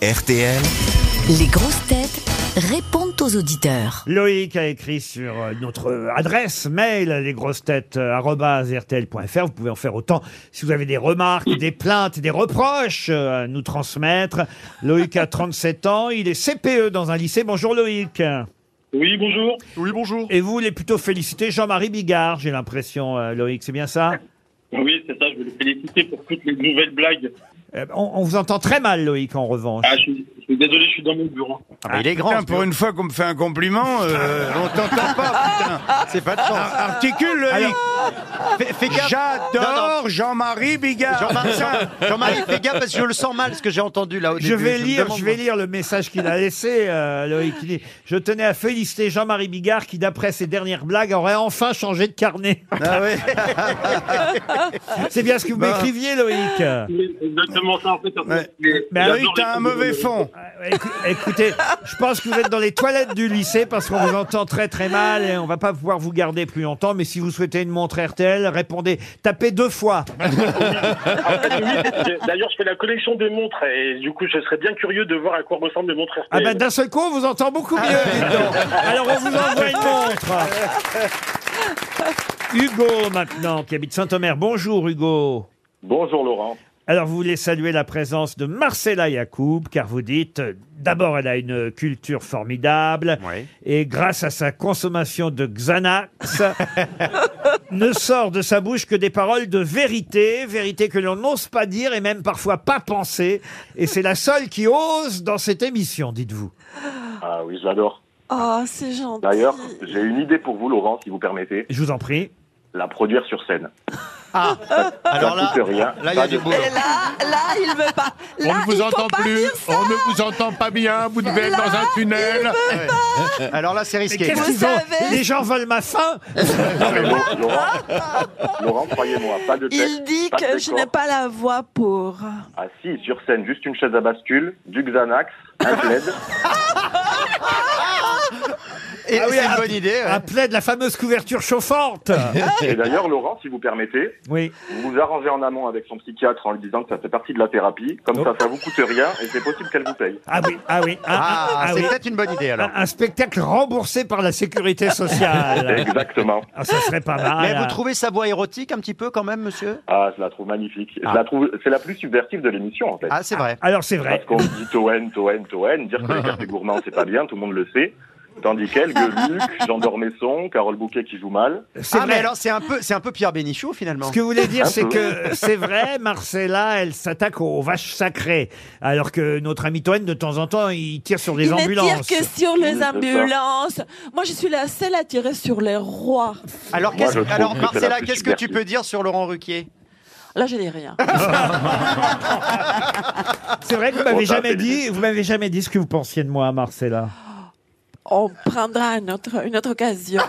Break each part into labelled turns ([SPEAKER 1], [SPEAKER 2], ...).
[SPEAKER 1] RTL.
[SPEAKER 2] Les grosses têtes répondent aux auditeurs.
[SPEAKER 3] Loïc a écrit sur euh, notre adresse mail euh, lesgrossetêtes@rtl.fr. Vous pouvez en faire autant si vous avez des remarques, des plaintes, des reproches euh, à nous transmettre. Loïc a 37 ans, il est CPE dans un lycée. Bonjour Loïc.
[SPEAKER 4] Oui, bonjour.
[SPEAKER 5] Oui, bonjour.
[SPEAKER 3] Et vous voulez plutôt féliciter Jean-Marie Bigard, j'ai l'impression euh, Loïc, c'est bien ça
[SPEAKER 4] Oui, c'est ça, je veux le féliciter pour toutes les nouvelles blagues.
[SPEAKER 3] Euh, on, on vous entend très mal Loïc en revanche.
[SPEAKER 4] Ah, je suis, je suis désolé, je suis dans mon bureau.
[SPEAKER 6] Ah, mais il est grand.
[SPEAKER 5] Putain,
[SPEAKER 6] ce
[SPEAKER 5] pour
[SPEAKER 6] bureau.
[SPEAKER 5] une fois qu'on me fait un compliment, euh, on t'entend pas, putain.
[SPEAKER 6] C'est pas de chance.
[SPEAKER 5] Ar- Articule, Loïc.
[SPEAKER 6] Fais, fais gaffe. Non,
[SPEAKER 5] J'adore Jean-Marie Bigard.
[SPEAKER 6] Jean-Marie, Jean- Jean-Marie, fais gaffe parce que je le sens mal ce que j'ai entendu là au
[SPEAKER 3] Je
[SPEAKER 6] début.
[SPEAKER 3] vais
[SPEAKER 6] me
[SPEAKER 3] lire,
[SPEAKER 6] demande-
[SPEAKER 3] je vais lire le message qu'il a laissé, euh, Loïc. Il dit, je tenais à féliciter Jean-Marie Bigard qui, d'après ses dernières blagues, aurait enfin changé de carnet.
[SPEAKER 6] Ah ouais.
[SPEAKER 3] C'est bien ce que vous
[SPEAKER 5] Bah.
[SPEAKER 3] m'écriviez, Loïc. Euh,
[SPEAKER 4] Oui, c'est Exactement ça, en fait.
[SPEAKER 5] Ouais.
[SPEAKER 4] Mais,
[SPEAKER 3] Mais
[SPEAKER 4] j'adore
[SPEAKER 5] Loïc, t'as
[SPEAKER 4] les-
[SPEAKER 5] un mauvais fond.
[SPEAKER 3] écou- Écoutez, je pense que vous êtes dans les toilettes du lycée parce qu'on vous entend très très mal et on va pas pouvoir vous garder plus longtemps. Mais si vous souhaitez une montre RTL, répondez, tapez deux fois.
[SPEAKER 4] En fait, oui, D'ailleurs, je fais la collection des montres et du coup, je serais bien curieux de voir à quoi ressemblent les montres RTL.
[SPEAKER 5] bah,
[SPEAKER 3] Ah ben d'un seul coup, on vous entend beaucoup mieux, dites donc. Alors on vous envoie une montre. Hugo maintenant, qui habite Saint-Omer. Bonjour Hugo.
[SPEAKER 4] Bonjour Laurent.
[SPEAKER 3] Alors, vous voulez saluer la présence de Marcella Yacoub, car vous dites, euh, d'abord, elle a une culture formidable,
[SPEAKER 6] Ouais.
[SPEAKER 3] et grâce à sa consommation de Xanax, ne sort de sa bouche que des paroles de vérité, vérité que l'on n'ose pas dire et même parfois pas penser, et c'est la seule qui ose dans cette émission, dites-vous.
[SPEAKER 7] Ah oui, j'adore.
[SPEAKER 8] Oh, c'est gentil.
[SPEAKER 7] D'ailleurs, j'ai une idée pour vous, Laurent, si vous permettez.
[SPEAKER 3] Je vous en prie.
[SPEAKER 7] La produire sur scène.
[SPEAKER 6] Ah. Alors
[SPEAKER 7] ça
[SPEAKER 6] là,
[SPEAKER 7] coûte rien.
[SPEAKER 6] là il y a
[SPEAKER 7] Pas
[SPEAKER 6] du
[SPEAKER 7] de-
[SPEAKER 6] boulot.
[SPEAKER 8] Et là, là, il veut pas. Là,
[SPEAKER 9] On ne
[SPEAKER 8] Ah, il
[SPEAKER 9] vous
[SPEAKER 8] faut
[SPEAKER 9] entend
[SPEAKER 8] pas
[SPEAKER 9] plus,
[SPEAKER 8] dire ça.
[SPEAKER 9] on ne vous entend pas bien, vous devez être dans un tunnel.
[SPEAKER 6] Alors là, c'est
[SPEAKER 3] Mais
[SPEAKER 6] risqué.
[SPEAKER 3] qu'est-ce
[SPEAKER 8] Vous
[SPEAKER 3] qu'ils ont
[SPEAKER 8] savez-
[SPEAKER 3] Les gens veulent ma faim
[SPEAKER 7] Non, mais Laurent, Laurent, Laurent, croyez-moi, pas de texte.
[SPEAKER 8] Il dit
[SPEAKER 7] pas de
[SPEAKER 8] que je
[SPEAKER 7] décor.
[SPEAKER 8] n'ai pas la voix pour.
[SPEAKER 7] Assis sur scène, juste une chaise à bascule, du Xanax, un plaid.
[SPEAKER 6] Et
[SPEAKER 3] Ah oui,
[SPEAKER 6] c'est
[SPEAKER 3] ah,
[SPEAKER 6] une bonne idée. ouais.
[SPEAKER 3] Un plaid, la fameuse couverture chauffante
[SPEAKER 7] Et d'ailleurs, Laurent, si vous permettez,
[SPEAKER 3] Oui.
[SPEAKER 7] vous vous arrangez en amont avec son psychiatre en lui disant que ça fait partie de la thérapie. Comme ça, ça vous coûte rien et c'est possible qu'elle vous paye.
[SPEAKER 3] Ah oui, ah oui. ah,
[SPEAKER 6] Ah,
[SPEAKER 3] ah, ah
[SPEAKER 6] c'est
[SPEAKER 3] oui.
[SPEAKER 6] peut-être une bonne idée alors.
[SPEAKER 3] Un, un spectacle remboursé par la sécurité sociale.
[SPEAKER 7] Exactement.
[SPEAKER 3] Ah, ça serait pas mal.
[SPEAKER 6] Mais vous trouvez sa voix érotique un petit peu quand même, monsieur
[SPEAKER 7] Ah, je la trouve magnifique. Je
[SPEAKER 6] Ah.
[SPEAKER 7] la trouve, c'est la plus subversive de l'émission, en fait.
[SPEAKER 6] Ah, c'est vrai.
[SPEAKER 3] Alors c'est
[SPEAKER 7] Parce
[SPEAKER 3] vrai.
[SPEAKER 7] qu'on dit Toen, Toen, Toen, dire que les cafés gourmands c'est pas bien, tout le monde le sait. Tandis qu'elle, Gueuluc, Jean Dormesson, Carole Bouquet qui joue mal.
[SPEAKER 3] C'est
[SPEAKER 6] Ah, mais
[SPEAKER 3] vrai.
[SPEAKER 6] alors c'est un peu, c'est un peu Pierre Bénichou finalement.
[SPEAKER 3] Ce que vous voulez dire,
[SPEAKER 7] Un
[SPEAKER 3] c'est
[SPEAKER 7] peu.
[SPEAKER 3] que c'est vrai, Marcella, elle s'attaque aux vaches sacrées. Alors que notre ami Toen, de temps en temps, il tire sur des
[SPEAKER 8] il ne
[SPEAKER 3] ambulances.
[SPEAKER 8] tire que sur
[SPEAKER 7] Oui,
[SPEAKER 8] les
[SPEAKER 7] c'est ça.
[SPEAKER 8] ambulances. Moi, je suis la seule à tirer sur les rois.
[SPEAKER 6] Alors,
[SPEAKER 7] Moi,
[SPEAKER 6] qu'est-ce-
[SPEAKER 7] je trouve
[SPEAKER 6] alors
[SPEAKER 7] que c'est la
[SPEAKER 6] Marcella,
[SPEAKER 7] plus
[SPEAKER 6] qu'est-ce que tu
[SPEAKER 7] subversive.
[SPEAKER 6] peux dire sur Laurent Ruquier
[SPEAKER 8] Là, je dis rien.
[SPEAKER 3] C'est vrai que vous m'avez
[SPEAKER 7] Bon, ça,
[SPEAKER 3] jamais
[SPEAKER 7] c'est
[SPEAKER 3] dit, vous m'avez jamais dit ce que vous pensiez de moi, Marcella.
[SPEAKER 8] On prendra une autre, une autre occasion.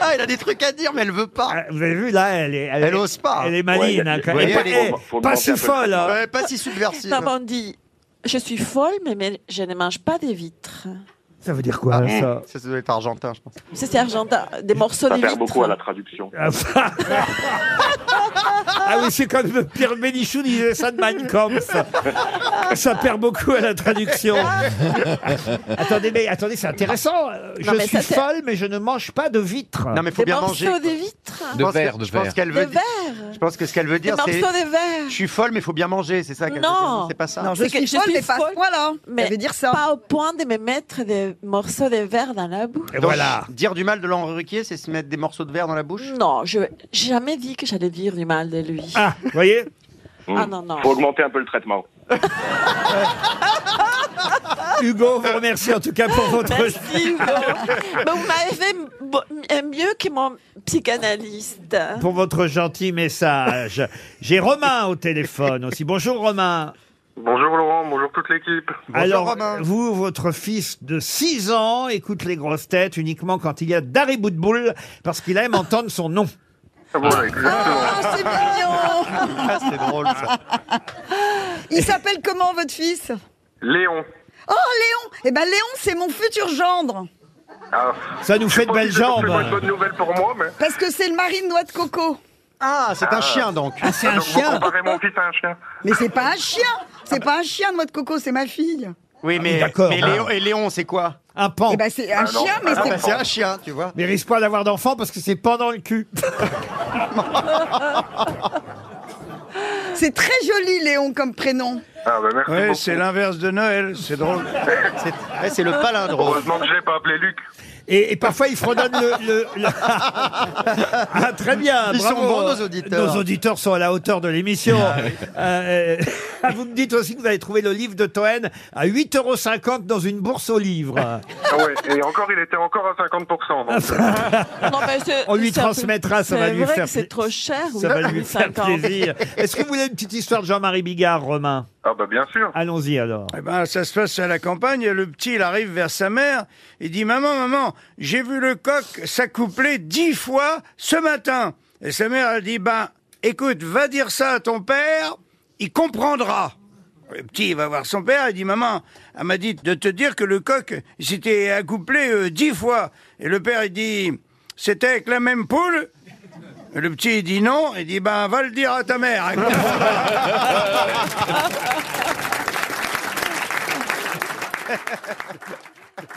[SPEAKER 6] Ah, il a des trucs à dire, mais elle veut pas.
[SPEAKER 3] Ah, Vous avez vu là, elle est, elle,
[SPEAKER 6] Elle
[SPEAKER 3] est-
[SPEAKER 6] ose pas.
[SPEAKER 3] elle est
[SPEAKER 7] Ouais, il
[SPEAKER 3] maline,
[SPEAKER 7] y a-
[SPEAKER 3] hein, quand
[SPEAKER 6] Ah, ouais,
[SPEAKER 3] même.
[SPEAKER 6] il y
[SPEAKER 7] a-
[SPEAKER 3] Eh,
[SPEAKER 7] faut- faut
[SPEAKER 3] pas
[SPEAKER 7] demander un
[SPEAKER 3] si
[SPEAKER 7] peu.
[SPEAKER 3] folle. hein.
[SPEAKER 6] Ouais, pas si subversive.
[SPEAKER 8] Nous avons dit, je suis folle, mais, mais je ne mange pas des vitres.
[SPEAKER 3] Ça veut dire quoi Ah, ça
[SPEAKER 6] Ça, ça doit être argentin, je pense.
[SPEAKER 8] Ça, C'est argentin, des morceaux
[SPEAKER 7] Ça
[SPEAKER 8] de
[SPEAKER 7] perd beaucoup à la
[SPEAKER 8] vitres.
[SPEAKER 7] traduction.
[SPEAKER 3] Ah Ah oui, c'est comme Pierre Bénichou disait ça de Mein Kampf. Ça perd beaucoup à la traduction. attendez, mais attendez, c'est intéressant. Je
[SPEAKER 8] Non, mais
[SPEAKER 3] suis
[SPEAKER 8] ça, c'est-
[SPEAKER 3] folle, mais je ne mange pas de vitres.
[SPEAKER 6] Non, mais faut
[SPEAKER 8] Des
[SPEAKER 6] bien
[SPEAKER 8] morceaux
[SPEAKER 6] manger.
[SPEAKER 8] de vitres.
[SPEAKER 6] Je
[SPEAKER 9] De
[SPEAKER 6] pense que-
[SPEAKER 9] verre, de
[SPEAKER 6] je pense
[SPEAKER 9] verre.
[SPEAKER 6] qu'elle
[SPEAKER 8] Des
[SPEAKER 6] veut dire-
[SPEAKER 8] verres.
[SPEAKER 6] Je pense que ce qu'elle veut
[SPEAKER 8] Des
[SPEAKER 6] dire, c'est.
[SPEAKER 8] morceaux de verres.
[SPEAKER 6] Je suis folle, mais il faut bien manger, c'est ça qu'elle veut dire,
[SPEAKER 8] Non.
[SPEAKER 6] C'est pas ça.
[SPEAKER 10] Non, je
[SPEAKER 8] C'est que
[SPEAKER 10] suis
[SPEAKER 8] je
[SPEAKER 10] folle,
[SPEAKER 8] suis
[SPEAKER 10] mais pas
[SPEAKER 8] folle.
[SPEAKER 10] à ce point-là.
[SPEAKER 8] Mais
[SPEAKER 10] Je vais dire ça.
[SPEAKER 8] Pas au point de me mettre des morceaux de verre dans la bouche.
[SPEAKER 3] Et
[SPEAKER 6] Donc,
[SPEAKER 3] voilà.
[SPEAKER 6] Dire du mal de Laurent Ruquier, c'est se mettre des morceaux de verre dans la bouche.
[SPEAKER 8] Non, je j'ai jamais dit que j'allais dire du mal de lui.
[SPEAKER 3] Ah, mm. vous voyez
[SPEAKER 8] Ah, non, non.
[SPEAKER 7] Faut augmenter un peu le traitement.
[SPEAKER 3] Hugo, vous remercie en tout cas pour votre...
[SPEAKER 8] Merci, Hugo. Mais vous m'avez fait bo- euh, mieux que mon psychanalyste.
[SPEAKER 3] Pour votre gentil message. J'ai Romain au téléphone aussi. Bonjour Romain.
[SPEAKER 4] Bonjour Laurent, bonjour toute l'équipe.
[SPEAKER 3] Alors, euh,
[SPEAKER 6] Romain.
[SPEAKER 3] vous, votre fils de 6 ans, écoute les grosses têtes uniquement quand il y a Dari Boudboul, parce qu'il aime entendre son nom.
[SPEAKER 4] Voilà, exactement.
[SPEAKER 8] Oh, c'est mignon.
[SPEAKER 6] Ah, c'est drôle ça.
[SPEAKER 10] Il s'appelle comment votre fils
[SPEAKER 4] Léon.
[SPEAKER 10] Oh Léon Eh ben Léon, c'est mon futur gendre
[SPEAKER 4] Ah,
[SPEAKER 3] Ça nous fait de belles jambes.
[SPEAKER 4] C'est une bonne nouvelle pour moi, mais.
[SPEAKER 10] parce que c'est le mari de noix de coco.
[SPEAKER 6] Ah, c'est un chien donc.
[SPEAKER 3] Ah, c'est un
[SPEAKER 4] Donc, vous
[SPEAKER 3] chien
[SPEAKER 4] comparez mon fils à un chien.
[SPEAKER 10] Mais c'est pas un chien, C'est pas un chien, noix de coco, c'est ma fille.
[SPEAKER 11] Oui, mais,
[SPEAKER 3] Ah, d'accord.
[SPEAKER 11] mais Léon, et Léon, c'est quoi
[SPEAKER 3] Un pan.
[SPEAKER 10] Eh ben, c'est un
[SPEAKER 12] Ah non.
[SPEAKER 10] chien, mais
[SPEAKER 12] Ah
[SPEAKER 10] c'est
[SPEAKER 12] non.
[SPEAKER 6] bah,
[SPEAKER 11] C'est un chien, tu vois.
[SPEAKER 3] Mais risque pas d'avoir d'enfant parce que c'est pas dans le cul.
[SPEAKER 10] c'est très joli, Léon, comme prénom.
[SPEAKER 7] Ah bah merci
[SPEAKER 6] Ouais,
[SPEAKER 7] beaucoup.
[SPEAKER 6] c'est l'inverse de Noël, c'est drôle.
[SPEAKER 11] C'est ouais, c'est le palindrome.
[SPEAKER 7] Heureusement que je l'ai pas appelé Luc.
[SPEAKER 3] Et, et parfois, ils fredonnent le... le- le- Ah, très bien,
[SPEAKER 11] Ils sont
[SPEAKER 3] bravo.
[SPEAKER 11] bons, nos auditeurs. Ah
[SPEAKER 3] Nos auditeurs sont à la hauteur de l'émission. Euh, euh, vous me dites aussi que vous avez trouvé le livre de Toen à 8,50 euros dans une bourse aux livres.
[SPEAKER 7] Ah ouais, et encore, il était encore à 50%.
[SPEAKER 6] Ah,
[SPEAKER 7] donc, euh,
[SPEAKER 8] Non, mais c'est-
[SPEAKER 3] On lui
[SPEAKER 8] c'est un peu-
[SPEAKER 3] transmettra, ça va
[SPEAKER 8] c'est
[SPEAKER 3] lui
[SPEAKER 8] vrai
[SPEAKER 3] faire
[SPEAKER 8] que C'est
[SPEAKER 3] pla-
[SPEAKER 8] trop cher,
[SPEAKER 3] Ça va lui faire
[SPEAKER 8] 50.
[SPEAKER 3] plaisir. Est-ce que vous voulez une petite histoire de Jean-Marie Bigard, Romain
[SPEAKER 7] Ah bah bien sûr.
[SPEAKER 3] Allons-y alors.
[SPEAKER 6] Eh ben, ça se passe à la campagne, et le petit, il arrive vers sa mère, il dit « Maman, maman, j'ai vu le coq s'accoupler dix fois ce matin !» Et sa mère, elle dit « Ben, écoute, va dire ça à ton père, il comprendra !» Le petit, il va voir son père, il dit « Maman, elle m'a dit de te dire que le coq s'était accouplé euh, dix fois !» Et le père, il dit « C'était avec la même poule ?» Et Le petit, il dit non, il dit « Ben, va le dire à ta mère elle comprendra.